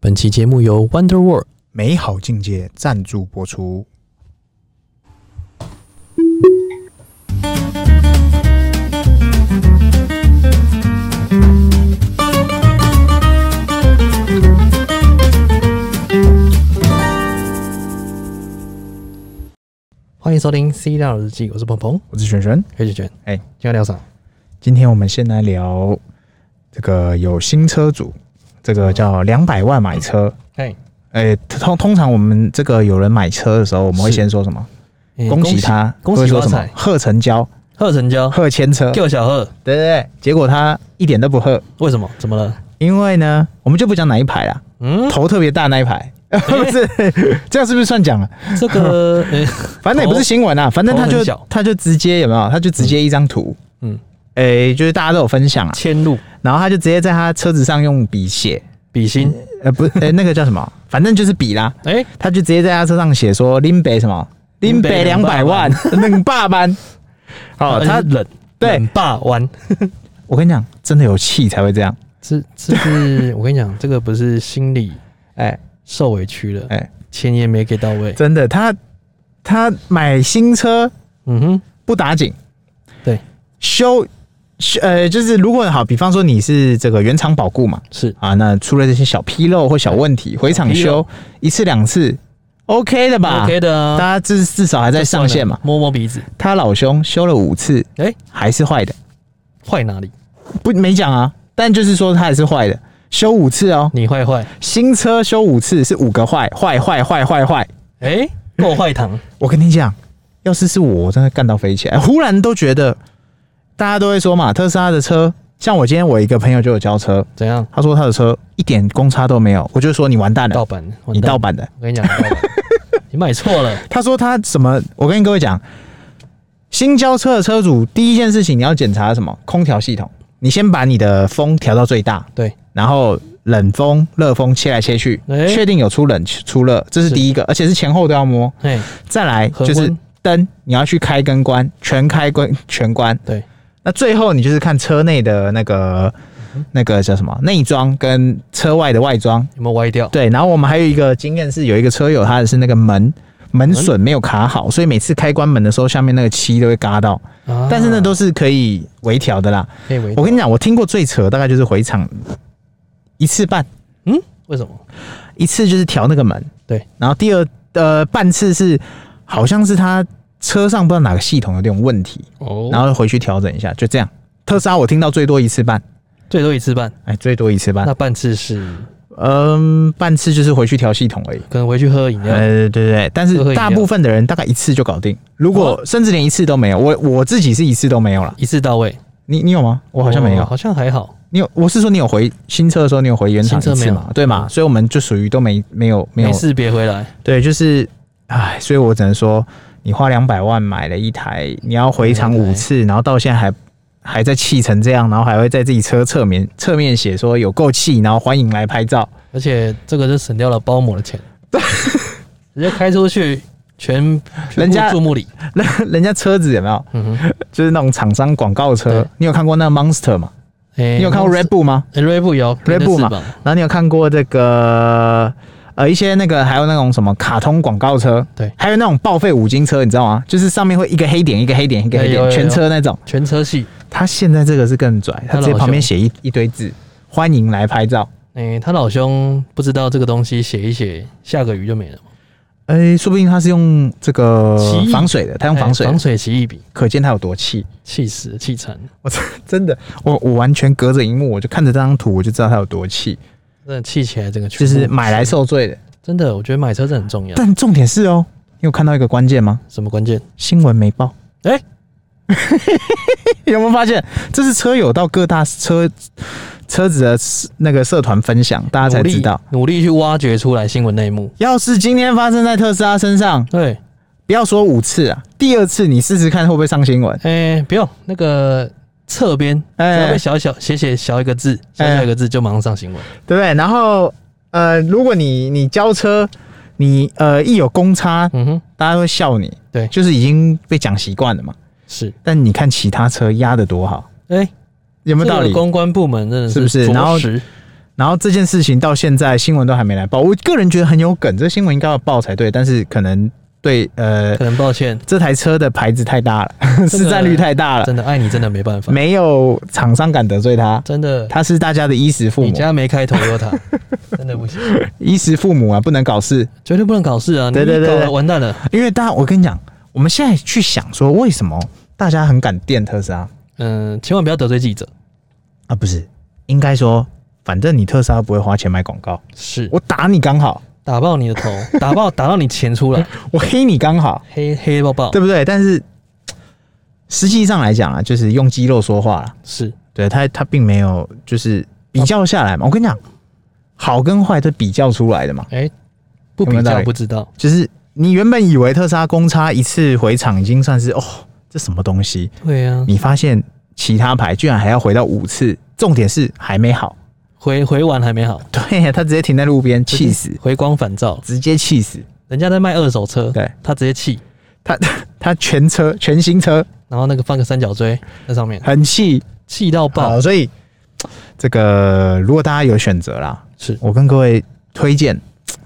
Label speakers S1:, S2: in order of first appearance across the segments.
S1: 本期节目由 Wonder World
S2: 美好境界赞助播出。
S1: 欢迎收听《C 大佬日记》，我是鹏鹏，
S2: 我是璇璇，
S1: 黑卷卷。
S2: 哎
S1: 今天要聊啥？
S2: 今天我们先来聊这个有新车主，这
S1: 嗯
S2: 个叫两百万买车。
S1: 哎，
S2: 哎、通通常我们这个有人买车的时候，我们会
S1: 是
S2: 先说什么？
S1: 哎
S2: 恭喜他，
S1: 恭喜
S2: 会说
S1: 发
S2: 什么
S1: 财？
S2: 贺成交，
S1: 贺成交，
S2: 贺千车，对
S1: 叫小贺，
S2: 对对。结果他一点都不贺，
S1: 为什么？怎么了？
S2: 因为呢，我们就不讲哪一排啦，
S1: 嗯，
S2: 头特别大那 一排，不是，这样是不是算讲啊？
S1: 这 个，哎
S2: 反正也不是新闻啊，反正他
S1: 头
S2: 就
S1: 很小
S2: 他就直接有没有？他就直接一张图，
S1: 嗯，
S2: 诶、就是大家都有分享啊，
S1: 迁怒、
S2: 然后他就直接在他车子上用笔写，
S1: 比心，
S2: 呃，不，呃、那个叫什么？反正就是笔啦，
S1: 哎，
S2: 他就直接在他车上写说林北什么林北两百万冷霸班。 哦，他
S1: 冷，
S2: 对
S1: 呃冷霸弯。
S2: 我跟你讲，真的有气才会这样。
S1: 这这是我跟你讲，这个不是心里
S2: 哎、
S1: 受委屈了，
S2: 哎
S1: 钱也没给到位。
S2: 真的，他他买新车
S1: 嗯哼，
S2: 不打紧，
S1: 对，
S2: 修修呃，就是如果好，比方说你是这个原厂保固嘛，
S1: 是
S2: 啊，那出了这些小纰漏或小问题，回厂
S1: 纰
S2: 修
S1: 漏
S2: 一次两次，OK 的吧
S1: OK 的
S2: 大
S1: 啊，
S2: 家至至少还在上线嘛。
S1: 摸摸鼻子，
S2: 他老兄修了五次，
S1: 哎，
S2: 还是坏的，
S1: 坏哪里？
S2: 不没讲啊，但就是说他还是坏的，修五次哦。
S1: 你坏坏，
S2: 新车修五次是五个坏，坏坏坏坏坏。
S1: 哎，够坏糖，
S2: 我跟你讲，要是是我，我真的干到飞起来。忽然都觉得，大家都会说嘛，特斯拉的车，像我今天我一个朋友就有交车，
S1: 怎样？
S2: 他说他的车一点公差都没有，我就说你完蛋
S1: 盗
S2: 了，
S1: 版，完蛋
S2: 你盗版的。
S1: 我跟你 讲，盗版你买错了，
S2: 他说他什么？我跟各位讲，新交车的车主第一件事情你要检查什么？空调系统，你先把你的风调到最大，
S1: 对，
S2: 然后冷风、热风切来切去，
S1: 哎
S2: 确定有出冷出热，这是
S1: 是
S2: 第一个，而且是前后都要摸。
S1: 哎，
S2: 再来
S1: 恒
S2: 就
S1: 温
S2: 是灯，你要去开跟关，全开关 全关。
S1: 对，
S2: 那最后你就是看车内的那个
S1: 嗯
S2: 那个叫什么内装跟车外的外装。
S1: 有没有歪掉？
S2: 对，然后我们还有一个经验是，有一个车友他的是那个门门榫没有卡好，所以每次开关门的时候，下面那个漆都会嘎到。
S1: 啊
S2: 但是那都是可以微调的啦。
S1: 可以微
S2: 我
S1: 调。
S2: 跟你讲，我听过最扯，大概就是回厂一次半，
S1: 嗯，为什么？
S2: 一次就是调那个门，
S1: 对，
S2: 然后第二呃半次是好像是他车上不知道哪个系统有点问题，
S1: 哦
S2: 然后回去调整一下，就这样。特斯拉我听到最多一次半，
S1: 最多一次半，
S2: 哎，最多一次半
S1: 那，半次是
S2: 嗯，半次就是回去调系统而已。
S1: 可能回去喝饮料，
S2: 呃，对对对，但
S1: 喝喝
S2: 是
S1: 饮料
S2: 大部分的人大概一次就搞定，如
S1: 哦
S2: 果甚至连一次都没有，我我自己是一次都没有了。
S1: 一次到位。
S2: 你你有吗？我好像没
S1: 哦
S2: 有。
S1: 好像还好。
S2: 你有？我是说你有回新车的时候，你有回原厂
S1: 新
S2: 一
S1: 车没
S2: 次
S1: 有嗯
S2: 嘛？对嘛？所以我们就属于都没没有没有
S1: 没事，别回来。
S2: 对，就是唉，所以我只能说，你花两百万买了一台，你要回厂五次，然后到现在还还在气成这样，然后还会在自己车侧面侧面写说有够气，然后欢迎来拍照。
S1: 而且这个就省掉了包膜的 钱，直接开出去，全全
S2: 人
S1: 部
S2: 家
S1: 注目礼。
S2: 人人家车子有没有？
S1: 嗯哼，
S2: 就是那种厂商广告车
S1: 对，
S2: 你有看过那 Monster 吗？
S1: 哎
S2: 你有看过 Red Bull 吗？
S1: 哎 Red Bull 有
S2: Red Bull 嘛然后你有看过这个呃一些那个还有那种什么卡通广告车，
S1: 对
S2: 还有那种报废五金车，你知道吗？就是上面会一个黑点一个黑点一个黑
S1: 哎有
S2: 点，
S1: 有
S2: 全车那种。
S1: 全车系，
S2: 他现在这个是更拽，他直接旁边写一一堆字，欢迎来拍照。
S1: 哎、他老兄不知道这个东西写一写，下个雨就没了嘛。
S2: 哎、说不定他是用这个
S1: 奇异
S2: 防水的，他用
S1: 哎
S2: 防水的，
S1: 防水奇异笔，
S2: 可见他有多气。
S1: 气死气惨，
S2: 我真真的，我我完全隔着荧幕，我就看着这张图，我就知道他有多气，
S1: 真的气起来整个全
S2: 就
S1: 部
S2: 是买来受罪的。
S1: 真的，我觉得买车是很重要。
S2: 但重点是哦，你有看到一个关键吗？
S1: 什么关键？
S2: 新闻没报。
S1: 哎、
S2: 有没有发现，这是车友到各大车车子的那个社团分享，大家才
S1: 努力
S2: 知道。
S1: 努力去挖掘出来新闻内幕。
S2: 要是今天发生在特斯拉身上，
S1: 对，
S2: 不要说五次啊，第二次你试试看会不会上新闻。
S1: 哎、不用那个侧边，只
S2: 哎
S1: 啊要被小小写写小一个字，小小一个字就马上上新闻。
S2: 对不对？然后呃，如果你你交车，你呃一有公差，
S1: 嗯哼，
S2: 大家会笑你，
S1: 对
S2: 就是已经被讲习惯了嘛。
S1: 是，
S2: 但你看其他车压的多好，
S1: 哎、
S2: 有没有道
S1: 这
S2: 理
S1: 个？公关部门真的
S2: 是不是
S1: 着
S2: 然后
S1: 实
S2: 然后这件事情到现在新闻都还没来报，我个人觉得很有梗，这新闻应该要报才对，但是可能对呃
S1: 可能抱歉，
S2: 这台车的牌子太大了，市占率太大了，
S1: 真的爱你真的没办法，
S2: 哎没有厂商敢得罪他，
S1: 真的，
S2: 他是大家的衣食父
S1: 你
S2: 母，
S1: 家没开 Toyota，真 的不行，
S2: 衣食父母啊，不能搞事。
S1: 绝对不能搞事啊！你
S2: 对对对
S1: 搞
S2: 对
S1: 了完蛋了，
S2: 因为大家，我跟你讲，我们现在去想说，为什么大家很敢电特斯拉
S1: 嗯，千万不要得罪记者，
S2: 啊？不是，应该说，反正你特斯拉不会花钱买广告，
S1: 是
S2: 我打你刚好，
S1: 打爆你的 头，打爆打到你钱出来，
S2: 我 黑你刚好，
S1: 黑黑爆爆，
S2: 对不对？但是实际上来讲啊，就是用肌肉说话啦。
S1: 是
S2: 对他，他并没有就是比较下来嘛。我跟你讲，好跟坏都比较出来的嘛。
S1: 哎，不
S2: 有没
S1: 比
S2: 有道
S1: 较
S2: 理
S1: 不知道，
S2: 就是你原本以为特斯拉公差一次回厂已经算是哦，这什么东西？
S1: 对呀，
S2: 你发现其他牌居然还要回到五次，重点是还没好。
S1: 回回完还没好，
S2: 对呀，他直接停在路边，气死，
S1: 回光返照，
S2: 直接气死。
S1: 人家在卖二手车，
S2: 对
S1: 他直接气，
S2: 他他全车全新车
S1: 然后那个放个三角锥在上面，
S2: 很气
S1: 气到爆
S2: 好，，所以这个如果大家有选择啦，
S1: 是
S2: 我跟各位推荐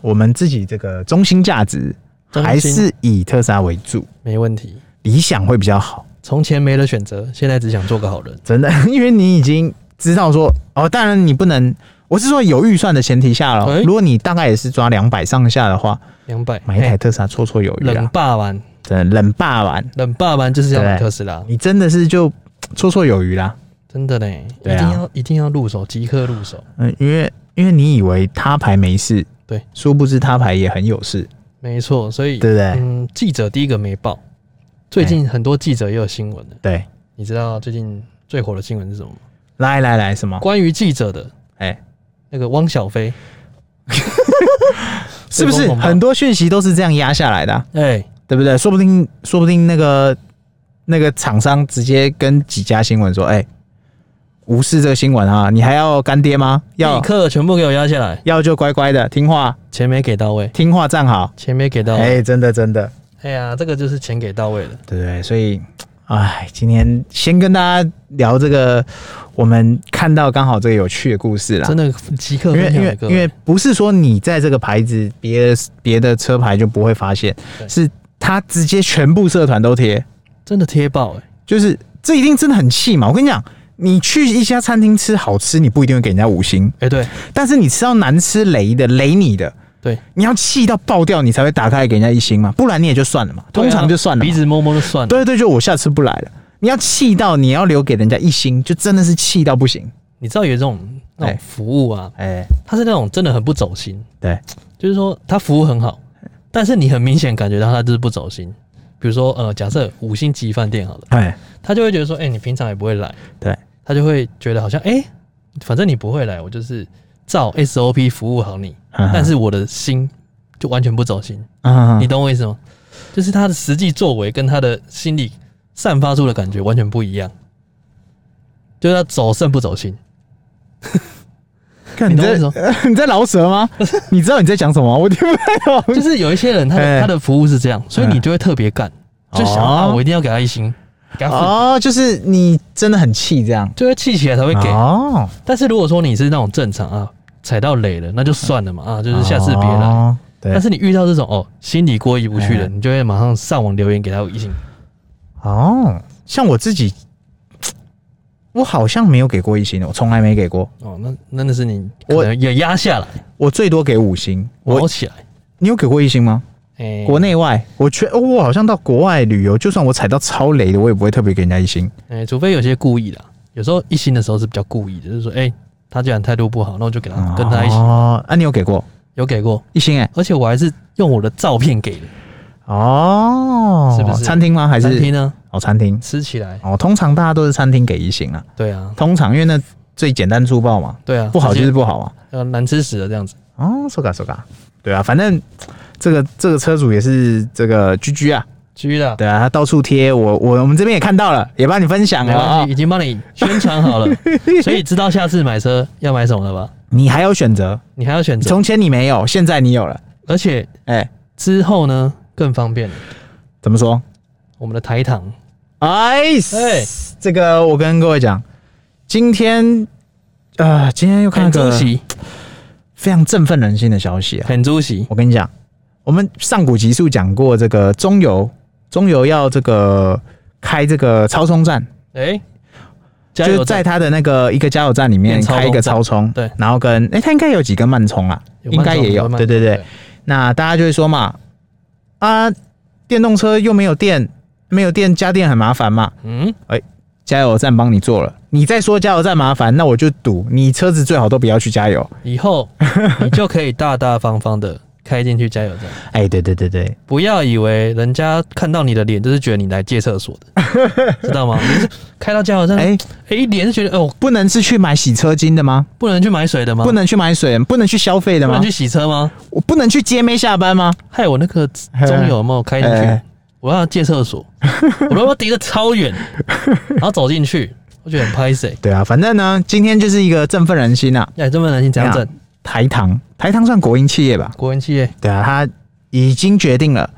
S2: 我们自己这个中心价值
S1: 中心
S2: 还是以特斯拉为主，
S1: 没问题。
S2: 理想会比较好。
S1: 从前没了选择，现在只想做个好人，
S2: 真的， 因为你已经知道说，哦，当然你不能，我是说有预算的前提下了。
S1: 哎
S2: 如果你大概也是抓两百上下的话，
S1: 两百
S2: 买一台特斯拉绰绰有余
S1: 哎冷
S2: 啦。
S1: 霸完，
S2: 真的冷霸完，
S1: 冷霸完就是要买
S2: 对啊
S1: 特斯拉，
S2: 你真的是就嘖绰绰有余啦。
S1: 真的嘞，
S2: 对
S1: 一
S2: 啊
S1: 定要一定要入手，即刻入手，
S2: 嗯，因为因为你以为他牌没事，
S1: 对，
S2: 殊不知他牌也很有事，
S1: 没错。所以，
S2: 对不对？
S1: 嗯，记者第一个没报，最近很多记者也有新闻的，
S2: 对，
S1: 你知道最近最火的新闻是什么吗？
S2: 来来来，什么？
S1: 关于记者的
S2: 哎、
S1: 那个汪小菲，
S2: 是不是
S1: 公公报
S2: 很多讯息都是这样压下来的啊、
S1: 哎，
S2: 对不对？说不定，说不定那个那个厂商直接跟几家新闻说：“哎、无视这个新闻啊，你还要干爹吗？
S1: 立
S2: 要
S1: 刻全部给我压下来，
S2: 要就乖乖的听话，
S1: 钱没给到位，
S2: 听话站好。
S1: 钱没给到
S2: 哎、
S1: 位，
S2: 真的真的，
S1: 哎呀，这个就是钱给到位了，
S2: 对不对？所以，哎，今天先跟大家聊这个，我们看到刚好这个有趣的故事啦
S1: 真。的即刻
S2: 因为
S1: 分
S2: 因
S1: 享一
S2: 为
S1: 个，欸
S2: 因为不是说你在这个牌子别的别的车牌就不会发现，
S1: 对
S2: 是他直接全部社团都贴，
S1: 真的贴爆哎，
S2: 就是这一定真的很气嘛！我跟你讲，你去一家餐厅吃好吃，你不一定会给人家五星，
S1: 哎对
S2: 但是你吃到难吃雷的雷你的，
S1: 对。
S2: 你要气到爆掉，你才会打开来给人家一星嘛，不然你也就算了嘛，通常就算了
S1: 啊
S2: 嘛
S1: 鼻子摸摸就算了。
S2: 对对，就我下次不来了。你要气到你要留给人家一星，就真的是气到不行。
S1: 你知道有这种那
S2: 哎
S1: 种服务啊，
S2: 哎、
S1: 它是那种真的很不走心，
S2: 对，
S1: 就是说它服务很好，但是你很明显感觉到它就是不走心。比如说，呃，假设五星级饭店好了，
S2: 哎，
S1: 他就会觉得说，哎、你平常也不会来，
S2: 对，
S1: 他就会觉得好像，哎、反正你不会来，我就是照 SOP 服务好你，
S2: 嗯
S1: 但是我的心就完全不走心，
S2: 啊
S1: 你，懂我意思吗？就是他的实际作为跟他的心里散发出的感觉完全不一样，就是他走肾不走心。
S2: 看
S1: 你
S2: 你
S1: 懂我意
S2: 在
S1: 思吗
S2: 你在饶舌吗？你知道你在讲什么吗？我听不太懂。
S1: 就是有一些人他
S2: 哎
S1: 的他的服务是这样，所以你就会特别干，就想啊，
S2: 哦
S1: 我一定要给他一星，给他分，
S2: 哦，就是你真的很气这样。
S1: 就会气起来才会给。
S2: 哦，
S1: 但是如果说你是那种正常啊，踩到雷了，那就算了嘛啊，就是下次别来。
S2: 哦。对，
S1: 但是你遇到这种哦，心里过意不去的，
S2: 哎
S1: 你就会马上上网留言给他一星。
S2: 哦，像我自己，我好像没有给过一星，我从来没给过，
S1: 哦，那那那是你
S2: 我
S1: 可能也压下来，
S2: 我最多给五星。
S1: 毛
S2: 我
S1: 起来。
S2: 你有给过一星吗？
S1: 哎，
S2: 国内外，我全、哦、我好像到国外旅游，就算我踩到超雷的，我也不会特别给人家一星。
S1: 哎，除非有些故意的啊，有时候一星的时候是比较故意的，就是说，哎，他既然态度不好，那我就给他嗯跟他一起
S2: 哦，啊，你有给过
S1: 有给过，
S2: 一星哎、
S1: 而且我还是用我的照片给的，
S2: 哦，
S1: 是不是
S2: 餐厅吗？还
S1: 餐
S2: 是
S1: 厅呢
S2: 哦餐厅？
S1: 啊吃起来，
S2: 哦，通常大家都是餐厅给一星啊，
S1: 对啊，
S2: 通常因为那最简单粗暴嘛，
S1: 对啊，
S2: 不好就
S1: 直接
S2: 是不好啊。
S1: 呃难吃死了这样子，
S2: 哦，说嘎说嘎，对啊，反正这个这个车主也是这个居居啊，
S1: 居的啊，
S2: 对啊，他到处贴，我我我们这边也看到了，也帮你分享
S1: 没
S2: 了啊、
S1: 关系，已经帮你宣传好了，所以知道下次买车要买什么了吧？
S2: 你还有选择，
S1: 你还要选择，
S2: 从前你没有，现在你有了，
S1: 而且
S2: 哎、
S1: 之后呢更方便了，
S2: 怎么说？
S1: 我们的台糖
S2: 哎，
S1: 哎
S2: 这个我跟各位讲，今天呃，今天又看
S1: 很
S2: 到
S1: 珍
S2: 一个
S1: 惜，
S2: 非常振奋人心的消息啊！
S1: 很主席，
S2: 我跟你讲，我们上古集数讲过这个中油，中油要这个开这个超充站，
S1: 哎、加
S2: 就是
S1: 油
S2: 在
S1: 站
S2: 它的那个一个加油站里面
S1: 变超充
S2: 开一个超充，
S1: 对，
S2: 然后跟哎、它应该有几个慢充啊，
S1: 有
S2: 应该也有，
S1: 慢充
S2: 对对对
S1: 对。
S2: 那大家就会说嘛，啊，电动车又没有电，没有电加电很麻烦嘛，
S1: 嗯，
S2: 加油站帮你做了，你再说加油站麻烦，那我就赌你车子最好都不要去加油。
S1: 以 后你就可以大大方方的开进去加油站，
S2: 哎、对对对对，
S1: 不要以为人家看到你的脸就是觉得你来借厕所的， 知道吗？你是开到加油站，哎、
S2: 哎、
S1: 一脸就觉得哦，
S2: 不能是去买洗车巾的吗？
S1: 不能去买水的吗？
S2: 不能去买水，不能去消费的
S1: 不
S2: 吗
S1: 能？去洗车吗？
S2: 我不能去街妹下班吗？
S1: 害我那个中友有没有开进去
S2: 哎？
S1: 我要借厕所，我都要离得超远，然后走进去，我觉得很拍谁？
S2: 对啊，反正呢，今天就是一个振奋人心啊。
S1: 哎，这么人心怎样
S2: 怎
S1: 整
S2: 样？台糖，台糖算国营企业吧？
S1: 国营企业
S2: 对啊，它已经决定了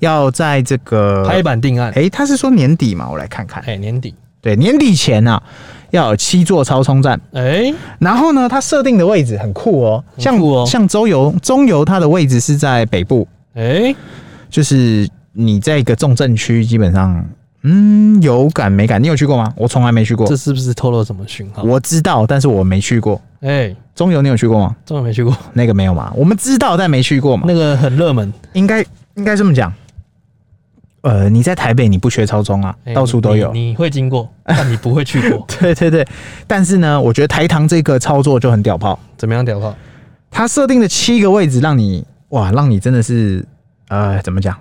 S2: 要在这个，
S1: 拍板定案，
S2: 哎、他是说年底嘛？我来看看，
S1: 哎，年底，
S2: 对，年底前啊，要有七座超充站。
S1: 哎，
S2: 然后呢，它设定的位置很酷哦，
S1: 很
S2: 像
S1: 酷哦
S2: 像周游中游，它的位置是在北部，
S1: 哎，
S2: 就是你在一个重镇区，基本上，嗯，有感没感？你有去过吗？我从来没去过
S1: 这，是不是透露什么讯号？
S2: 我知道，但是我没去过。
S1: 哎，
S2: 中游你有去过吗？
S1: 这么没 去过，
S2: 那个没有嘛？我们知道，但没去过嘛。
S1: 那个很热门，
S2: 应该应该这么讲，呃，你在台北你不缺超充啊，
S1: 哎
S2: 到处都有。，
S1: 你你你会经过，但你不会去过
S2: 对对对，但是呢，我觉得台糖这个操作就很屌炮，
S1: 怎么样屌炮？
S2: 它设定的七个位置让你哇，让你真的是呃，怎么讲？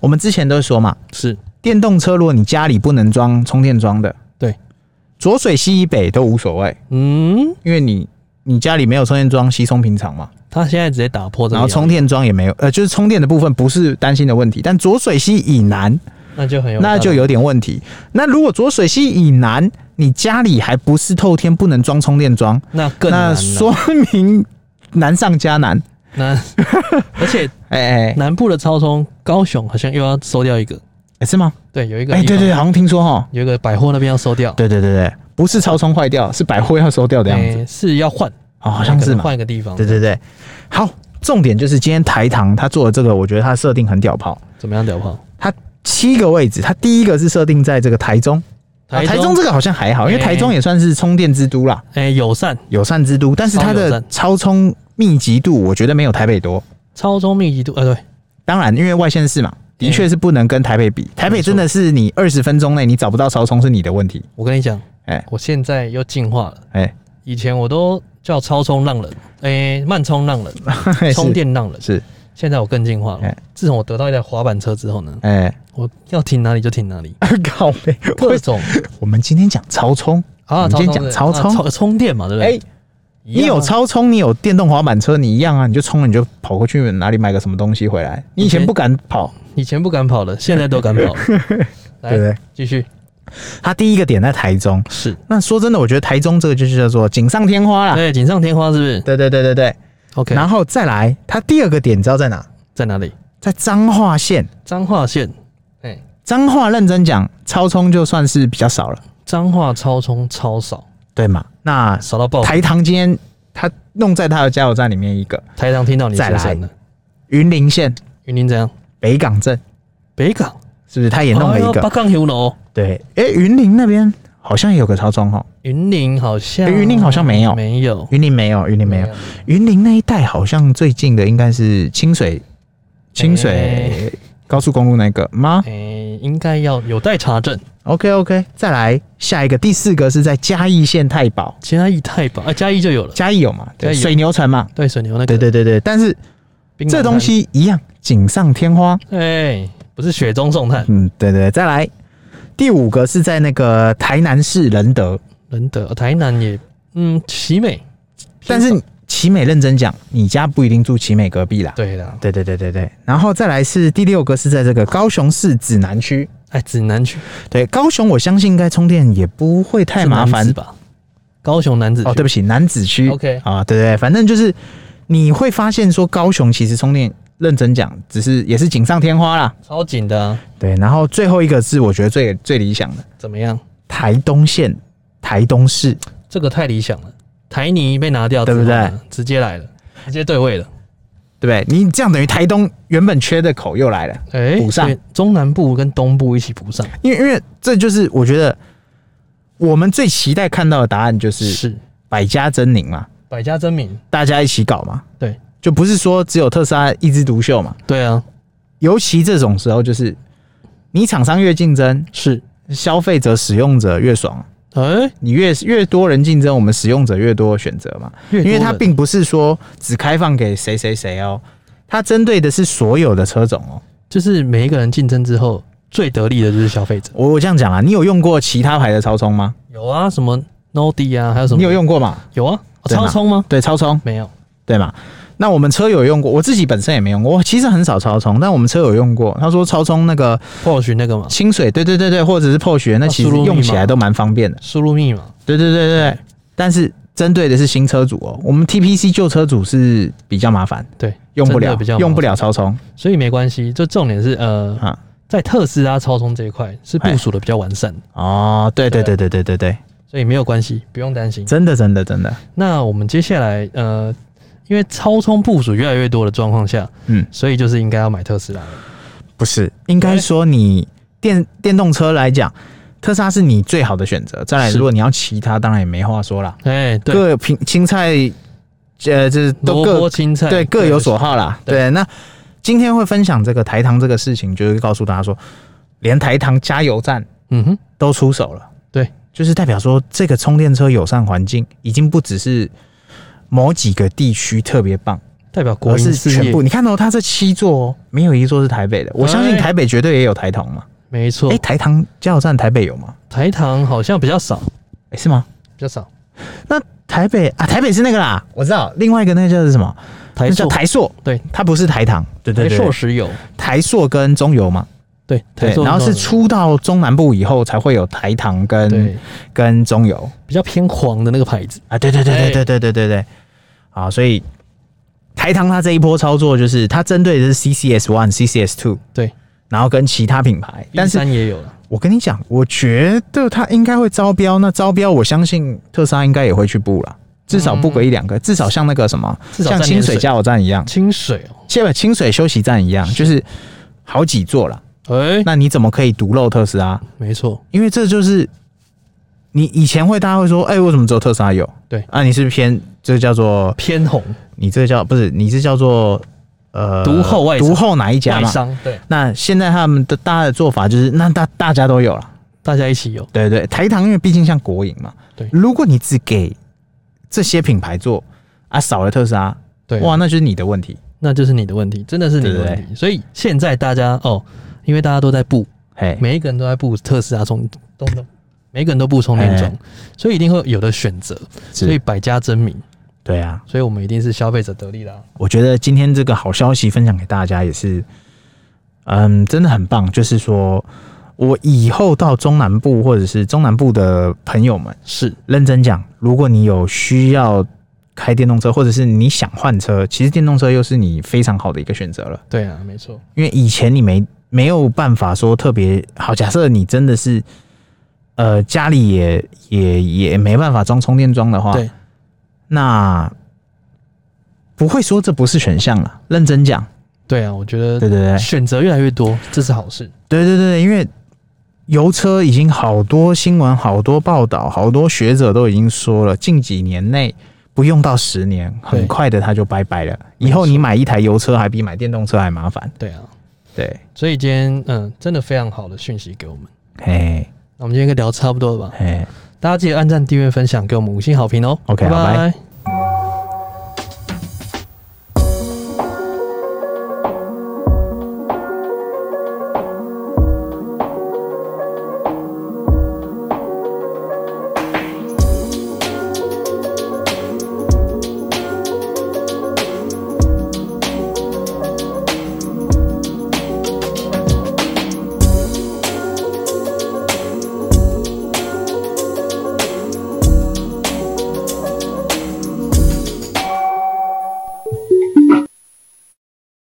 S2: 我们之前都说嘛，
S1: 是
S2: 电动车如果你家里不能装充电桩的，
S1: 对，
S2: 浊水溪以北都无所谓，
S1: 嗯，
S2: 因为你你家里没有充电桩，稀松平常嘛。
S1: 他现在直接打破这个谣
S2: 然后
S1: 言，
S2: 充电桩也没有，呃，就是充电的部分不是担心的问题，但浊水溪以南
S1: 那就很有，
S2: 那就有点问题。那如果浊水溪以南，你家里还不是透天不能装充电桩，
S1: 那更难啊
S2: 那
S1: 了
S2: 说明难上加难。
S1: 那，而且
S2: 哎哎、
S1: 南部的超充，高雄好像又要收掉一个，
S2: 哎是吗？
S1: 对，有一个，
S2: 哎、对对，，好像听说哈，
S1: 有一个百货那边要收掉，
S2: 对对对对，不是超充坏掉，是百货要收掉的样子，
S1: 诶是要换，
S2: 哦，好像
S1: 哎可
S2: 是
S1: 能
S2: 嘛，
S1: 换一个地方，
S2: 对对对，好，重点就是今天台糖他做的这个，我觉得他设定很屌炮，
S1: 怎么样屌炮？
S2: 他七个位置，他第一个是设定在这个台中。啊台中这个好像还好，因为
S1: 哎
S2: 台中也算是充电之都啦，
S1: 哎、友善
S2: 友善之都，但是
S1: 超
S2: 它
S1: 友
S2: 的
S1: 善
S2: 超充密集度，我觉得没有台北多。
S1: 超充密集度，呃，对，
S2: 当然，因为外县市
S1: 哎
S2: 嘛，的确是不能跟台北比。台北真的是你二十分钟内你找不到超充是你的问题。
S1: 我跟你讲，
S2: 哎、
S1: 我现在又进化了，
S2: 哎、
S1: 以前我都叫超充浪人，哎、慢充浪 人，
S2: 哎是
S1: 充电浪人，
S2: 是
S1: 现在我更进化了
S2: 哎。
S1: 自从我得到一台滑板车之后呢，
S2: 哎，
S1: 我要停哪里就停哪里，
S2: 靠背。
S1: 各 种
S2: 我们今天讲超充，
S1: 啊，
S2: 我们今天
S1: 充
S2: 讲超
S1: 对
S2: 充
S1: 啊充电嘛，对不
S2: 哎、
S1: 对？一样啊
S2: 你有超充，你有电动滑板车，你一样啊，你就充了，你就跑过去哪里买个什么东西回来。你以前不敢跑，
S1: 以前不敢 跑的，现在都敢跑了。
S2: 对不
S1: 来，
S2: 对？
S1: 继续
S2: 他第一个点在台中，
S1: 是，
S2: 那说真的，我觉得台中这个就是叫做锦上添花啦。
S1: 对，哎锦上添花是不是
S2: 对对对对对，
S1: ？OK，
S2: 然后再来，它第二个点你知道在哪？
S1: 在哪里？
S2: 在彰化县。
S1: 彰化县，哎，
S2: 彰化认真讲，超充就算是比较少了，
S1: 彰化超充超少，
S2: 对嘛？那
S1: 少到爆。
S2: 台糖今天它弄在它的加油站里面一个，
S1: 台糖听到你
S2: 再
S1: 说
S2: 来
S1: 声了，
S2: 云林县
S1: 云林怎样？
S2: 北港镇
S1: 北港
S2: 是不是？它也弄了一
S1: 哎呦
S2: 个？
S1: 八杠牛楼。
S2: 对，哎、云林那边好像也有个超充哦，
S1: 云林好像，
S2: 哎云林好像没有
S1: 没有，
S2: 云林没有，云林没有，，云林那一带好像最近的应该是清水清水高速公路那个吗
S1: 哎，应该要有待查证。
S2: ？OK OK，再来下一个，第四个是在嘉义县太保。
S1: 嘉义太保，啊，嘉义就有了，
S2: 嘉义有嘛？对，
S1: 嘉义有
S2: 水牛城嘛。
S1: 对，水牛那个，
S2: 对对对对，但是
S1: 槟榔
S2: 这
S1: 摊
S2: 东，西一样，锦上添花。
S1: 哎，不是雪中送炭，
S2: 嗯，对对对，再来第五个是在那个台南市仁德，
S1: 仁德、台南也，嗯，奇美，
S2: 但是奇美认真讲，你家不一定住奇美隔壁啦。
S1: 对啦，
S2: 对对对对对，然后再来是第六个是在这个高雄市指南区。
S1: 哎，指南区
S2: 对，高雄我相信应该充电也不会太
S1: 是
S2: 麻
S1: 男
S2: 烦
S1: 子吧？高雄男子
S2: 哦，对不
S1: 不
S2: 起，南子区。
S1: OK
S2: 啊，对对，反正就是你会发现说高雄其实充电，认真讲，只是也是锦上添花啦。
S1: 超紧的啊，
S2: 对，然后最后一个是我觉得最最理想的
S1: 怎么样？
S2: 台东县台东市，
S1: 这个太理想了，台泥被拿掉之
S2: 对
S1: 后
S2: 不
S1: 呢，
S2: 对
S1: 直接来了，直接对位了。
S2: 对不对？你这样等于台东原本缺的口又来了，
S1: 哎、
S2: 补上
S1: 所以中南部跟东部一起补上，
S2: 因为因为这就是我觉得我们最期待看到的答案就是
S1: 是
S2: 百家争鸣嘛，
S1: 百家争鸣。
S2: 大家一起搞嘛，
S1: 对
S2: 就不是说只有特斯拉一枝独秀嘛。
S1: 对啊，
S2: 尤其这种时候，就是你厂商越竞争，
S1: 是
S2: 消费者使用者越爽，
S1: 哎、
S2: 你越越多人竞争，我们使用者越多选择嘛。
S1: 越多
S2: 因为它
S1: 人
S2: 并不是说只开放给谁谁谁哦，它针对的是所有的车种哦。
S1: 就是每一个人竞争之后，最得利的就是消费者。
S2: 我我这样讲啊，你有用过其他牌的超充吗？
S1: 有啊，什么 Nodi 啊，还有什么？
S2: 你有？用过吗？
S1: 有啊，哦
S2: 真的
S1: 超
S2: 啊
S1: 充吗？
S2: 对，超充，
S1: 没有，
S2: 对嘛？那我们车友用过，我自己本身也没用过，我其实很少超充，但我们车友用过。他说超充那个
S1: 或许那个嘛，
S2: 清水，对对对对，或者是破血，那
S1: 啊
S2: 其实
S1: 输入密码
S2: 用起来都蛮方便的。
S1: 输入密码
S2: 对对对对对，但是针对的是新车主哦，我们 TPC 旧车主是比较麻烦，
S1: 对，
S2: 用不
S1: 真
S2: 了
S1: 的比较，麻烦
S2: 用不了超充
S1: 所以没关系。就重点是呃，
S2: 啊。
S1: 在特斯拉超充这一块是
S2: 哎
S1: 部署的比较完善的，
S2: 哦，对对对对对对对，
S1: 所以没有关系，不用担心。
S2: 真的真的真的，
S1: 那我们接下来呃，因为超充部署越来越多的状况下，
S2: 嗯，
S1: 所以就是应该要买特斯拉了。
S2: 不是，应该说你电电动车来讲，特斯拉是你最好的选择。再来，
S1: 是
S2: 如果你要骑它，当然也没话说啦。
S1: 哎、对，
S2: 各品青菜，呃，这都
S1: 萝卜
S2: 各
S1: 青菜，
S2: 对各有所好啦。
S1: 对
S2: 对，那今天会分享这个台糖这个事情，就是告诉大家说，连台糖加油站
S1: 嗯哼，
S2: 都出手了。
S1: 对，
S2: 就是代表说这个充电车友善环境已经不只是某几个地区特别棒，
S1: 代表国
S2: 而
S1: 营
S2: 是
S1: 事
S2: 全
S1: 业
S2: 部。，你看哦，它这七座哦，没有一座是台北的。我相信
S1: 哎
S2: 台北绝对也有台糖嘛。
S1: 没错。
S2: 哎、台糖加油站台北有吗？
S1: 台糖好像比较少，
S2: 哎、是吗？
S1: 比较少。
S2: 那台北啊，台北是那个啦，我知道。另外一个那个叫是什么？
S1: 台
S2: 那叫
S1: 塑
S2: 台塑，
S1: 对，
S2: 它不是台糖，对
S1: 台
S2: 对
S1: 硕
S2: 对，
S1: 石油，
S2: 台塑跟中油嘛，
S1: 对，
S2: 对
S1: 台，硕
S2: 然后
S1: 石油
S2: 是出到中南部以后才会有台糖跟
S1: 对
S2: 跟中油
S1: 比较偏黄的那个牌子，
S2: 啊，对对对
S1: 哎
S2: 对对对对对对，啊，所以台糖它这一波操作就是它针对的是 CCS One、CCS Two，
S1: 对，
S2: 然后跟其他品牌，但是
S1: 三也有了，
S2: 我跟你讲，我觉得它应该会招标，那招标我相信特斯拉应该也会去布了。至少布个一两个，至少像那个什么，
S1: 嗯至少
S2: 像
S1: 占
S2: 清
S1: 点
S2: 水
S1: 水
S2: 加油站一样，
S1: 清水哦，
S2: 现在清水休息站一样，就是好几座了。
S1: 哎、
S2: 那你怎么可以独漏特斯拉？
S1: 没错，
S2: 因为这就是你以前会大家会说，哎、为什么只有特斯拉有？
S1: 对
S2: 啊，你是不是偏这叫做
S1: 偏红
S2: 你这叫不是你是叫做呃
S1: 独后外商
S2: 独后哪一家
S1: 外
S2: 嘛？
S1: 商，对，
S2: 那现在他们的大家的做法就是，那大大家都有了，
S1: 大家一起有，
S2: 对对，台糖因为毕竟像国营嘛，
S1: 对
S2: 如果你只给这些品牌做啊，少了特斯拉，
S1: 对，
S2: 哇，那就是你的问题，
S1: 那就是你的问题，真的是你的问
S2: 对
S1: 题。所以现在大家哦，因为大家都在布，
S2: 嘿，
S1: 每一个人都在布特斯拉充东东，每一个人都布充电桩，所以一定会有的选择，
S2: 哎是
S1: 所以百家争鸣，
S2: 对啊，
S1: 所以我们一定是消费者得利啊啦。
S2: 我觉得今天这个好消息分享给大家也是，嗯，真的很棒。就是说我以后到中南部或者是中南部的朋友们，
S1: 是
S2: 认真讲，如果你有需要开电动车，或者是你想换车，其实电动车又是你非常好的一个选择了。
S1: 对啊，没错，
S2: 因为以前你没没有办法说特别好，假设你真的是。呃，家里也也也没办法装充电桩的话，
S1: 对，
S2: 那不会说这不是选项了。认真讲，
S1: 对啊，我觉得
S2: 对对对
S1: 选择越来越多，这是好事。
S2: 对对对，因为油车已经好多新闻、好多报道、好多学者都已经说了，近几年内不用到十年，很快的它就拜拜了。以后你买一台油车还比买电动车还麻烦。
S1: 对啊，
S2: 对，
S1: 所以今天嗯，真的非常好的讯息给我们。
S2: 嘿，
S1: 那我们今天应该聊差不多了吧？
S2: 嘿。
S1: 大家记得按赞、订阅、分享，给我们五星好评哦。
S2: OK，好拜
S1: 拜。